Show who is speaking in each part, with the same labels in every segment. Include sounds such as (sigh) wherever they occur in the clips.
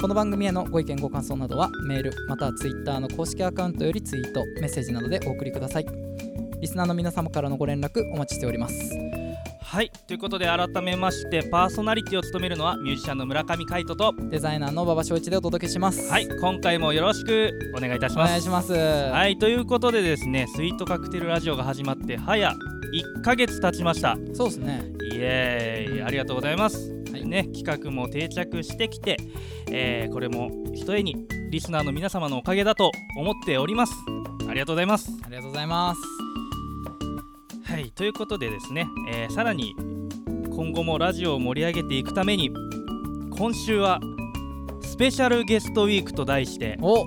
Speaker 1: この番組へのご意見ご感想などはメールまたはツイッターの公式アカウントよりツイートメッセージなどでお送りくださいリスナーの皆様からのご連絡お待ちしております
Speaker 2: はいということで改めましてパーソナリティを務めるのはミュージシャンの村上海人と
Speaker 1: デザイナーの馬場翔一でお届けします
Speaker 2: はい今回もよろしくお願いいた
Speaker 1: お
Speaker 2: します
Speaker 1: 願いします
Speaker 2: はいということでですねスイートカクテルラジオが始まって早1ヶ月経ちました
Speaker 1: そうですね
Speaker 2: イエーイありがとうございます、
Speaker 1: はい
Speaker 2: ね企画も定着してきて、えーこれもひとえにリスナーの皆様のおかげだと思っておりますありがとうございます
Speaker 1: ありがとうございます
Speaker 2: はいということでですね、えーさらに今後もラジオを盛り上げていくために今週はスペシャルゲストウィークと題して
Speaker 1: お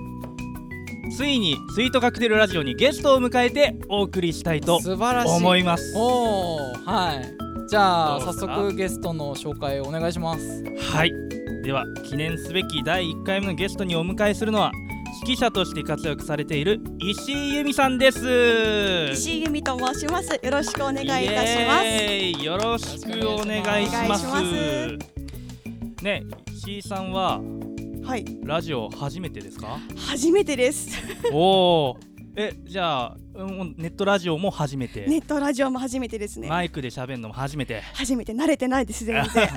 Speaker 2: ついにスイートカクテルラジオにゲストを迎えてお送りしたいと
Speaker 1: 素晴らしい
Speaker 2: 思います
Speaker 1: おーはいじゃあ
Speaker 2: どう
Speaker 1: 早
Speaker 2: ですか
Speaker 1: 速ゲストの紹介をお願いします
Speaker 2: はいでは記念すべき第1回目のゲストにお迎えするのは指揮者として活躍されている石井由美さんです
Speaker 3: 石井由美と申します。よろしくお願いいたし
Speaker 2: イ
Speaker 3: ま
Speaker 2: エーイよろしくお願いします
Speaker 3: お願い
Speaker 2: ね石井さんは
Speaker 3: す。はい、
Speaker 2: ラジオ初めてです
Speaker 1: (laughs)
Speaker 2: か
Speaker 3: 初めてです。
Speaker 2: おおえじゃあ、うん、ネットラジオも初めて、
Speaker 3: ネットラジオも初めてですね。
Speaker 2: マイクで喋るのも初めて
Speaker 3: 初めて慣れてないです全然。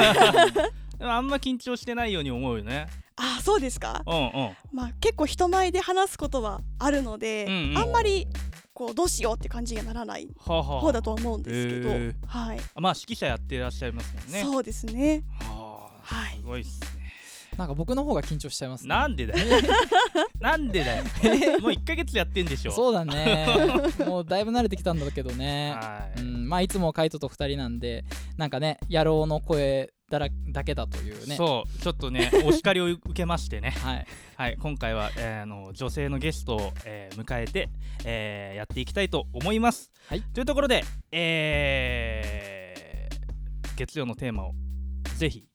Speaker 2: でもあんま緊張してないように思うよね
Speaker 3: あ、そうですか。
Speaker 2: うんうん
Speaker 3: まあ結構人前で話すことはあるので、
Speaker 2: うんうん
Speaker 3: あんまりこうどうしようって感じにはならない
Speaker 2: はあはあ
Speaker 3: 方だとは思うんですけど、
Speaker 2: へー
Speaker 3: はい、
Speaker 2: まあ指揮者やってらっしゃいますもんね
Speaker 3: そうですね。
Speaker 2: はあ
Speaker 3: はい
Speaker 2: す。ごいっすね。
Speaker 1: なんか僕の方が緊張しちゃいますね
Speaker 2: なんでだ
Speaker 1: (laughs)
Speaker 2: よ。なんでだよ。もう1ヶ月やってんでしょ。
Speaker 1: そう
Speaker 2: (laughs)
Speaker 1: だねもうだいぶ慣れてきたんだけどね
Speaker 2: は
Speaker 1: う
Speaker 2: い。
Speaker 1: ん、まあいつもカイトと2人なんでなんかね野郎の声だらだけだというね
Speaker 2: そうちょっとねお叱りを受けましてね、
Speaker 1: はい、
Speaker 2: はい、今回は、えーあの女性のゲストを、えー迎えて、えーやっていきたいと思います。
Speaker 1: はい
Speaker 2: というところで、えー月曜のテーマをぜひ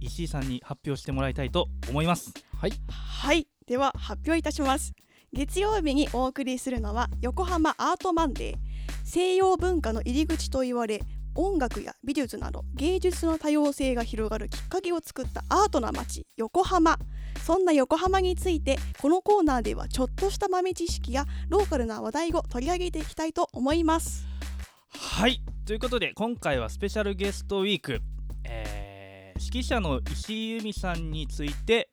Speaker 2: 石井さんに発表してもらいたいと思います。
Speaker 3: はいでは発表いたします月曜日にお送りするのは横浜アートマンデー西洋文化の入り口と言われ音楽や美術など芸術の多様性が広がるきっかけを作ったアートな街横浜そんな横浜についてこのコーナーではちょっとした豆知識やローカルな話題を取り上げていきたいと思います
Speaker 2: はいということで今回はスペシャルゲストウィーク、えー指揮者の石井由美さんについて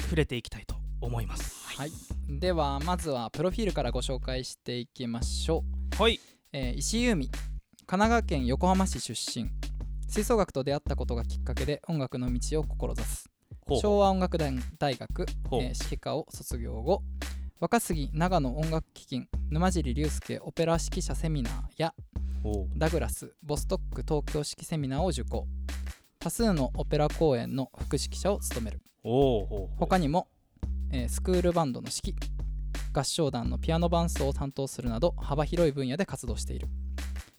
Speaker 2: 触れていきたいと思います
Speaker 1: はい、ではまずはプロフィールからご紹介していきましょう
Speaker 2: はい
Speaker 1: えー石井由美神奈川県横浜市出身吹奏楽と出会ったことがきっかけで音楽の道を志す
Speaker 2: ほう
Speaker 1: 昭和音楽大大学、え
Speaker 2: ほう
Speaker 1: ー、指揮科を卒業後若杉長野音楽基金沼尻龍介オペラ指揮者セミナーや
Speaker 2: ほう
Speaker 1: ダグラスボストック東京式セミナーを受講多数のオペラ公演の副指揮者を務める
Speaker 2: ほうほう
Speaker 1: 他にも、えースクールバンドの指揮合唱団のピアノ伴奏を担当するなど幅広い分野で活動している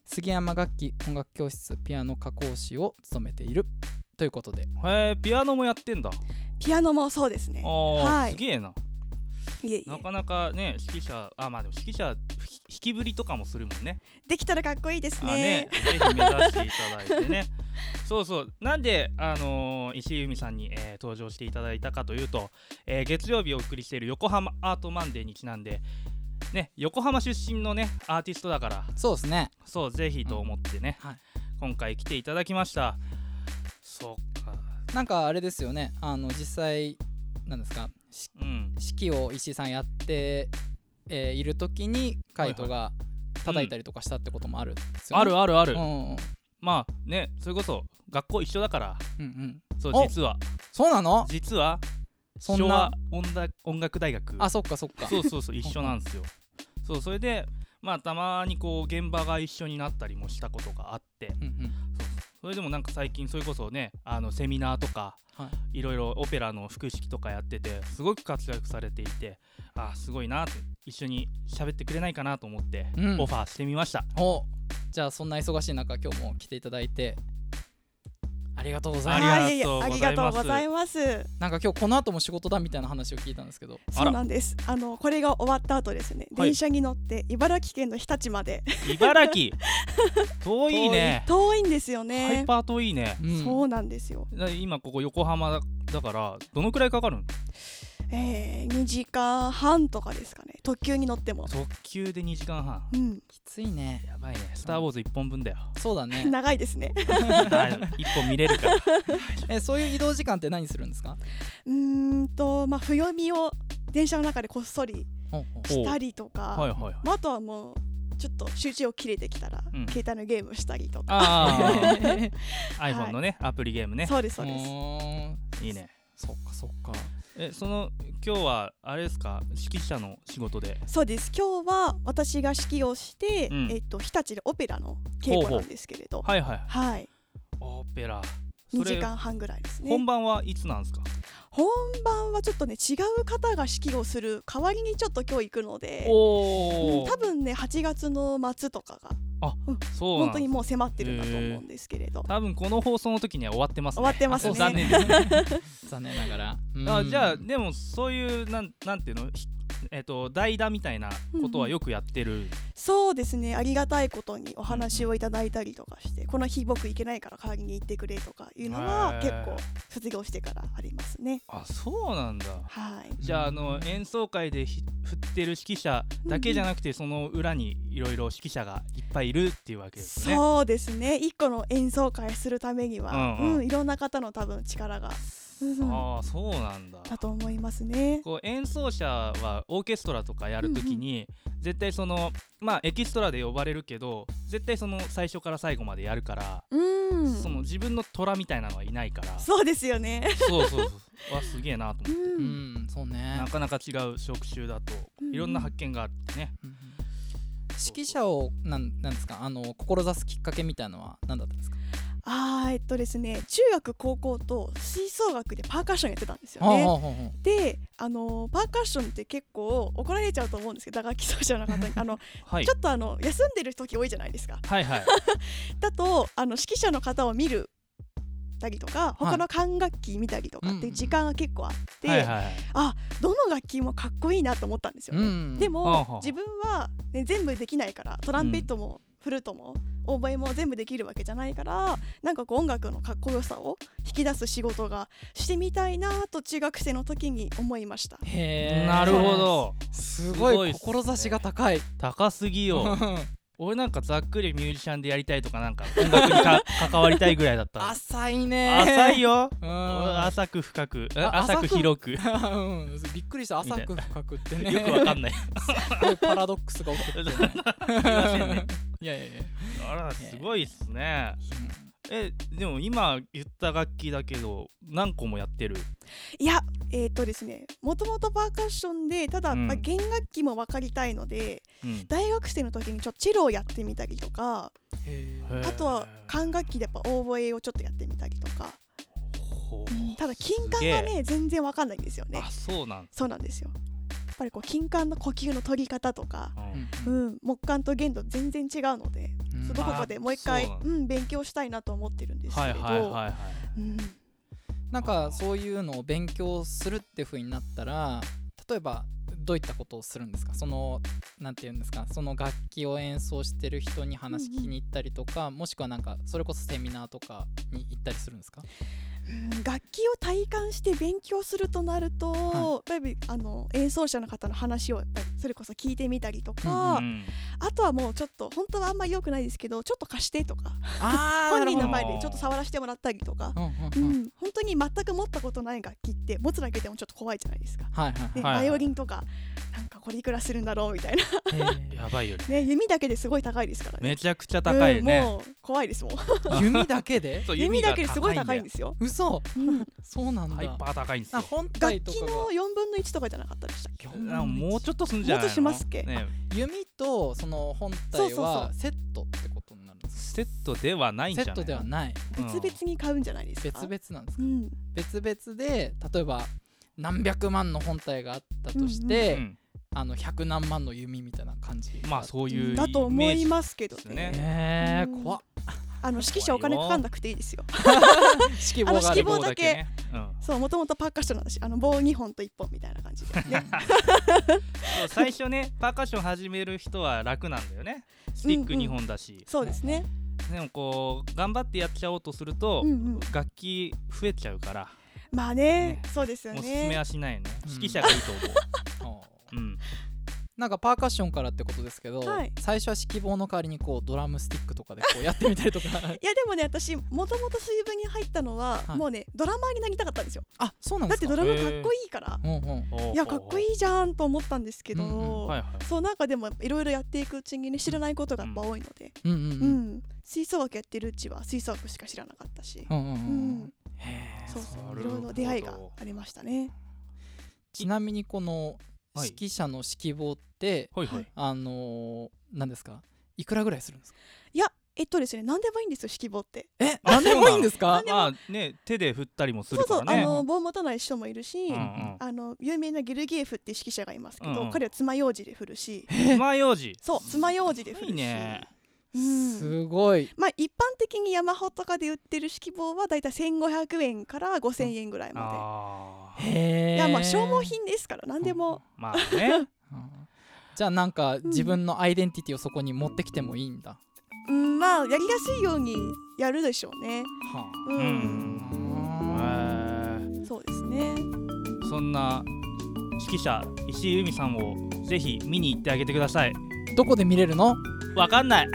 Speaker 1: 杉山楽器音楽教室ピアノ加工師を務めているということで
Speaker 2: へえピアノもやってんだ
Speaker 3: ピアノもそうですね
Speaker 2: あー、
Speaker 3: はい
Speaker 2: すげえない
Speaker 3: えいえ
Speaker 2: なかなかね指揮者あまあでも指揮者ひ引きぶりとかもするもんね
Speaker 3: できたらかっこいいです
Speaker 2: あね
Speaker 3: ね
Speaker 2: ぜひ目指していただいてね (laughs) そうそうなんで、あのー石井由美さんに、えー登場していただいたかというと、えー月曜日お送りしている横浜アートマンデーにちなんで、ね、横浜出身のねアーティストだから
Speaker 1: そうですね
Speaker 2: そうぜひと思ってね、
Speaker 1: はい
Speaker 2: 今回来ていただきましたそっか
Speaker 1: なんかあれですよねあの実際なんですかし
Speaker 2: うん
Speaker 1: 指揮を石井さんやって、えーいる時にカイトが叩いたりとかしたってこともあるんですよね、
Speaker 2: あるあるある、
Speaker 1: うんうん
Speaker 2: まあねそれこそ学校一緒だから
Speaker 1: うんうん
Speaker 2: そう
Speaker 1: お
Speaker 2: 実は
Speaker 1: そうなの
Speaker 2: 実は
Speaker 1: そん
Speaker 2: 昭和
Speaker 1: な
Speaker 2: 音楽音楽大学
Speaker 1: あそっかそっか
Speaker 2: そうそうそう一緒なんですよそうそれでまあたまにこう現場が一緒になったりもしたことがあって
Speaker 1: うんうん
Speaker 2: それでもなんか最近それこそねあのセミナーとか
Speaker 1: はい
Speaker 2: いろいろオペラの複式とかやっててすごく活躍されていてあーすごいなって一緒に喋ってくれないかなと思って
Speaker 1: うん
Speaker 2: オファーしてみました、
Speaker 1: おじゃあそんな忙しい中今日も来ていただいてありがとうございます
Speaker 2: あ
Speaker 3: はい
Speaker 2: りがとうございます
Speaker 3: ありがとうございます。
Speaker 1: なんか今日この後も仕事だみたいな話を聞いたんですけど
Speaker 2: あら
Speaker 3: そうなんです。あのこれが終わった後ですね、
Speaker 2: はい
Speaker 3: 電車に乗って茨城県の日立まで
Speaker 2: 茨
Speaker 1: (laughs)
Speaker 2: 城遠いね
Speaker 3: 遠いんですよ
Speaker 2: ハイ
Speaker 3: ね。
Speaker 2: パー遠いね
Speaker 1: うん
Speaker 3: そうなんですよ。
Speaker 2: だ今ここ横浜だからどのくらいかかるの
Speaker 3: えー、2時間半とかですかね。特急に乗っても。
Speaker 2: 特急で2時間半
Speaker 3: うん、
Speaker 1: きついね
Speaker 2: やばいね「スター・ウォーズ」1本分だよ
Speaker 1: そう
Speaker 2: (laughs)
Speaker 1: だね
Speaker 3: 長いですね。
Speaker 2: 1本見れ
Speaker 3: (laughs)
Speaker 2: るから
Speaker 1: えそういう移動時間って何するんですか
Speaker 3: うーんとまあ冬読みを電車の中でこっそり
Speaker 1: ほうほう
Speaker 3: したりとか、
Speaker 2: はいはいはい
Speaker 3: まあ、あとはもうちょっと集中を切れてきたら、
Speaker 2: うん
Speaker 3: 携帯のゲームしたりとか。
Speaker 2: あ
Speaker 1: (laughs) ね
Speaker 2: あ iPhone のね、アプリゲームね
Speaker 3: そうですそうです。
Speaker 2: いいね
Speaker 1: そっかそっか
Speaker 2: えその今日はあれですか指揮者の仕事で
Speaker 3: そうです今日は私が指揮をして、
Speaker 2: うん
Speaker 3: えっと、日立でオペラの稽古なんですけれど
Speaker 2: はいはい
Speaker 3: はい
Speaker 2: オペラ
Speaker 3: 2時間半ぐらいですね
Speaker 2: 本番はいつなんですか
Speaker 3: 本番はちょっとね違う方が指揮をする代わりにちょっと今日行くので
Speaker 2: お
Speaker 3: うん
Speaker 2: お
Speaker 3: 多分ね8月の末とかが
Speaker 2: そう
Speaker 3: 本
Speaker 2: な
Speaker 3: 当
Speaker 2: ん
Speaker 3: に
Speaker 2: です
Speaker 3: もう迫ってるんだと思うんですけれど
Speaker 2: 多分この放送の時には終わってますね
Speaker 3: 終わってますね
Speaker 2: あそう残念ですね
Speaker 3: (laughs)
Speaker 1: 残念ながら
Speaker 2: あじゃあ
Speaker 1: うん
Speaker 2: でもそういうなんなんていうのひえっと代打みたいなことはよくやってる
Speaker 3: そうですねありがたいことにお話をいただいたりとかして、この日僕行けないから代わりに行ってくれとかいうのは
Speaker 2: へ
Speaker 3: 結
Speaker 2: ー
Speaker 3: 構卒業してからありますね
Speaker 2: あそうなんだ
Speaker 3: はい
Speaker 2: じゃああの
Speaker 1: うん
Speaker 2: 演奏会でひ振ってる指揮者だけじゃなくてその裏にいろいろ指揮者がいっぱいいるっていうわけですね。
Speaker 3: そうですね一個の演奏会するためには、
Speaker 2: う
Speaker 3: うんん
Speaker 2: うん
Speaker 3: いろんな方の多分力が、うん
Speaker 2: ああそうなんだ。
Speaker 3: だと思いますね。
Speaker 2: こう演奏者はオーケストラとかやるときに絶対そのまあエキストラで呼ばれるけど絶対その最初から最後までやるから、
Speaker 3: うん
Speaker 2: その自分の虎みたいなのはいないからそう
Speaker 3: そうですよね。
Speaker 2: そうそうわすげえなと思っ
Speaker 3: う
Speaker 2: て。
Speaker 1: うんんそうね
Speaker 2: なかなか違う職種だと
Speaker 3: うん
Speaker 2: いろんな発見があってね、
Speaker 1: うん指揮者をなんなんですかあの志すきっかけみたいのは何だったんですか
Speaker 3: あーえっとですね中学高校と吹奏楽でパーカッションやってたんですよ
Speaker 1: ほうほ
Speaker 3: ね。
Speaker 1: うほうほう
Speaker 3: で、あのーパーカッションって結構怒られちゃうと思うんですけど打楽器奏者の方にあの、
Speaker 2: はい
Speaker 3: ちょっとあの休んでる時多いじゃないですか。
Speaker 2: はいはい
Speaker 3: だとあの指揮者の方を見るたりとか
Speaker 1: はい
Speaker 3: 他の管楽器見たりとかっていう時間が結構あって、
Speaker 2: はいはい
Speaker 3: どの楽器もかっこいいなと思ったんですよね。
Speaker 1: うん
Speaker 3: で
Speaker 2: はあはあ
Speaker 3: も自分は、ね、全部できないからトランペットもフルートもオーボエも全部できるわけじゃないからなんかこう音楽のかっこよさを引き出す仕事がしてみたいなと中学生の時に思いました。
Speaker 1: へー
Speaker 2: なるほど
Speaker 1: す
Speaker 2: ごい
Speaker 1: ごい志が高い
Speaker 2: 高すぎ
Speaker 1: う
Speaker 2: よ
Speaker 1: (laughs) ん
Speaker 2: 俺なんかざっくりミュージシャンでやりたいとかなんか音楽にか関わりたいぐらいだった
Speaker 1: 浅いね
Speaker 2: 浅い
Speaker 1: よ
Speaker 2: よ
Speaker 1: う
Speaker 2: 俺
Speaker 1: ん
Speaker 2: 浅く深くえ
Speaker 1: あ
Speaker 2: 浅く
Speaker 1: 浅く
Speaker 2: 広くよ
Speaker 1: うんびっくりした浅く深くってね
Speaker 2: くわかんない
Speaker 1: すごいパラドックスが起きてるね (laughs)
Speaker 2: ませんね
Speaker 1: いやいやいや
Speaker 2: あらすごいっすねえでも今言った楽器だけど何個もやってる
Speaker 3: いやえっ、とですねもともとパーカッションでただ、
Speaker 2: うん
Speaker 3: まあ弦楽器も分かりたいので
Speaker 2: うん
Speaker 3: 大学生の時にちょっとチェロをやってみたりとか
Speaker 1: へ
Speaker 2: へ
Speaker 1: ー
Speaker 2: ー
Speaker 3: あとは管楽器でやっぱオーボエをちょっとやってみたりとか、
Speaker 2: ほう
Speaker 3: ただ金管が
Speaker 2: すげ
Speaker 3: ね全然分かんないんですよね
Speaker 2: あ。そうなん
Speaker 3: そうなんですよ。やっぱりこう金管の呼吸の取り方とか、
Speaker 2: うん
Speaker 3: う
Speaker 1: うん
Speaker 3: ん、木管と弦度全然違うので、
Speaker 1: うん
Speaker 3: どこかでもう一回、
Speaker 2: あーそうなん
Speaker 3: う
Speaker 2: だ
Speaker 3: ん、勉強したいなと思ってるんですけ
Speaker 2: はい
Speaker 3: れど、
Speaker 2: はいはいはい
Speaker 3: うん、
Speaker 1: なんかそういうのを勉強するって風になったら例えばどういったことをするんですかそのなんて言うんですかその楽器を演奏してる人に話聞きに行ったりとか、もしくはなんかそれこそセミナーとかに行ったりするんですか
Speaker 3: うん楽器を体感して勉強するとなると、
Speaker 1: は
Speaker 3: やっぱりあの演奏者の方の話をやっぱりそれこそ聞いてみたりと
Speaker 1: あ
Speaker 3: か、
Speaker 2: うん
Speaker 3: あとはもうちょっと本当はあんまり良くないですけど、ちょっと貸してとか、
Speaker 1: あ (laughs)
Speaker 3: 本人
Speaker 2: な
Speaker 3: の
Speaker 2: る
Speaker 3: 前
Speaker 2: ほど
Speaker 3: でちょっと触らせてもらったりとか。
Speaker 1: うんうん
Speaker 3: う
Speaker 1: うん
Speaker 3: ん、本当に全く持ったことない楽器って持つだけでもちょっと怖いじゃないですか。
Speaker 1: はいはい
Speaker 3: ね
Speaker 1: はい
Speaker 2: はいはい
Speaker 3: バイオリンとかなんかこれいくらするんだろうみたいな、
Speaker 1: へー
Speaker 2: やばいよね
Speaker 3: ね、弓だけですごい高いですからね
Speaker 2: めちゃくちゃ高いね
Speaker 3: うんもう怖いですもん (laughs)
Speaker 1: 弓だけで
Speaker 2: そう
Speaker 3: 弓だけですごい
Speaker 2: んだ
Speaker 3: 高い
Speaker 2: よ
Speaker 3: んですよ
Speaker 1: (laughs) 嘘
Speaker 3: うん
Speaker 1: そうなんだ
Speaker 2: ハイパー高いんです
Speaker 1: あ
Speaker 2: よ
Speaker 1: 本体
Speaker 3: 楽
Speaker 1: と
Speaker 3: 器
Speaker 1: かが
Speaker 3: の4分の1とかじゃなかったでしたっけ
Speaker 1: 四分の
Speaker 2: あ
Speaker 1: 一
Speaker 2: もうちょっとすんじゃないの
Speaker 3: もうちょっとしますっけ
Speaker 2: ね
Speaker 1: 弓とその本
Speaker 3: そう
Speaker 1: 体
Speaker 3: そうそ
Speaker 1: は
Speaker 3: う
Speaker 1: セットってことになるんです
Speaker 2: セットではないんじ
Speaker 1: か
Speaker 2: ゃ
Speaker 1: セ
Speaker 2: な
Speaker 1: ッ
Speaker 2: い
Speaker 1: トではない
Speaker 3: 別々に買うんじゃないです
Speaker 1: 別
Speaker 3: か
Speaker 1: 々なんですか
Speaker 3: うん
Speaker 1: 別々で例えば何百万の本体があったとして、
Speaker 2: うん
Speaker 1: あの100何万の弓みたいな感じ
Speaker 2: まあそういうイメージ
Speaker 3: だと思いますけど
Speaker 2: です
Speaker 3: ね。
Speaker 2: ね
Speaker 1: え
Speaker 3: うん
Speaker 1: ー、怖っ
Speaker 3: あの指揮者お金かかんなくていいですよ。
Speaker 1: 指揮
Speaker 3: あの
Speaker 1: 棒があ
Speaker 3: 指
Speaker 1: れ
Speaker 3: 揮棒だけ
Speaker 2: ねうん
Speaker 3: そうもともとパーカッションなんだし、あの棒2本と1本みたいな感じ (laughs) で、ね。
Speaker 2: そう最初ね (laughs) パーカッション始める人は楽なんだよねスティック
Speaker 3: うんうん
Speaker 2: 2本だし、
Speaker 3: そうですね。
Speaker 2: でもこう頑張ってやっちゃおうとすると、
Speaker 3: うんうん
Speaker 2: 楽器増えちゃうから
Speaker 3: まあね、
Speaker 2: ね
Speaker 3: そうですよ
Speaker 2: おすすめ
Speaker 3: ね。
Speaker 2: はしないよね
Speaker 1: うん
Speaker 2: 指揮者がいいと思
Speaker 1: おー
Speaker 2: う、う
Speaker 3: (laughs)
Speaker 2: ん、
Speaker 1: なんかパーカッションからってことですけど、
Speaker 3: はい
Speaker 1: 最初は指揮棒の代わりにこうドラムスティックとかでこうやってみたりとか
Speaker 3: いやでもね私もともと水分に入ったのは、
Speaker 1: はい
Speaker 3: もうねドラマーになりたかったんですよ
Speaker 1: あそうなん
Speaker 3: だ
Speaker 1: で
Speaker 3: っ
Speaker 1: す
Speaker 3: て
Speaker 1: か
Speaker 3: ドラムかっこいいから
Speaker 1: うんうん
Speaker 2: おう
Speaker 3: いやかっこいいじゃんと思ったんですけど、
Speaker 1: うん
Speaker 2: はいはい
Speaker 3: そうなんかでもいろいろやっていくうちにね知らないことがやっぱ多いので、
Speaker 1: うんうんう
Speaker 3: うん
Speaker 1: ん
Speaker 3: 吹奏楽やってるうちは吹奏楽しか知らなかったし、
Speaker 1: うんうんう
Speaker 3: うんん
Speaker 1: へー
Speaker 3: そう
Speaker 2: な
Speaker 3: そ
Speaker 2: る
Speaker 3: うい
Speaker 2: ほど
Speaker 3: ろいろ出会いがありましたね。
Speaker 1: ちなみにこの
Speaker 2: はい
Speaker 1: 指揮者の指揮棒って、
Speaker 2: はいはい
Speaker 1: あのー、何ですかいくらぐらいするんですか
Speaker 3: いやえっとですね何でもいいんですよ指揮棒って。
Speaker 1: え
Speaker 2: あ
Speaker 1: 何でもいいんです
Speaker 2: ま
Speaker 1: か
Speaker 2: あね手で振ったりもする
Speaker 3: そうそう
Speaker 2: から
Speaker 3: あ
Speaker 2: ね
Speaker 3: の棒持たない人もいるし、
Speaker 2: うん
Speaker 3: あの有名なゲルギエフっていう指揮者がいますけど、
Speaker 2: うんうん
Speaker 3: 彼は爪楊枝で振るし
Speaker 2: うん爪楊枝
Speaker 3: そう爪楊枝で振る
Speaker 2: い
Speaker 3: し
Speaker 2: いね
Speaker 3: うん
Speaker 1: すごい
Speaker 3: まあ、一般的にヤマホとかで売ってる指揮棒はだいたい1500円から5000円ぐらいま
Speaker 2: あー
Speaker 1: へ
Speaker 3: で。
Speaker 1: え
Speaker 3: いやまあ消耗品ですから何でも
Speaker 2: まあね
Speaker 1: じゃあなんか自分のアイデンティティをそこに持ってきてもいいんだ、
Speaker 3: うんまあやりやすいようにやるでしょうね
Speaker 1: は
Speaker 3: (laughs) う、
Speaker 2: うんんへ
Speaker 1: あ
Speaker 2: ー
Speaker 3: そうですね
Speaker 2: そんな指揮者石井由美さんをぜひ見に行ってあげてください
Speaker 1: どこで見れるの
Speaker 2: わかんない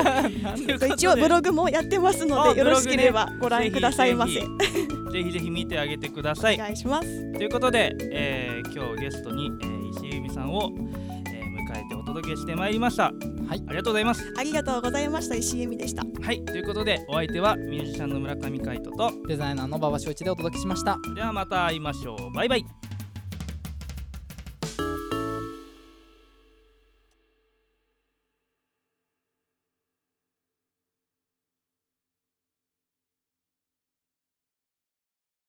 Speaker 3: (laughs) 一応ブログもやってますの
Speaker 2: あ
Speaker 3: でよろしければご
Speaker 2: ご
Speaker 3: 覧くださいませ
Speaker 2: ぜひぜひぜひ見てあげてください
Speaker 3: お願いします
Speaker 2: ということで、えー今日ゲストに、えー石井由美さんを、えー迎えてお届けしてまいりましたあ
Speaker 1: はい
Speaker 2: りがとうございます
Speaker 3: ありがとうございました石井由美でした
Speaker 2: はいということでお相手はミュージシャンの村上海人と
Speaker 1: デザイナーの馬場翔一でお届けしました
Speaker 2: ではまた会いましょうバイバイ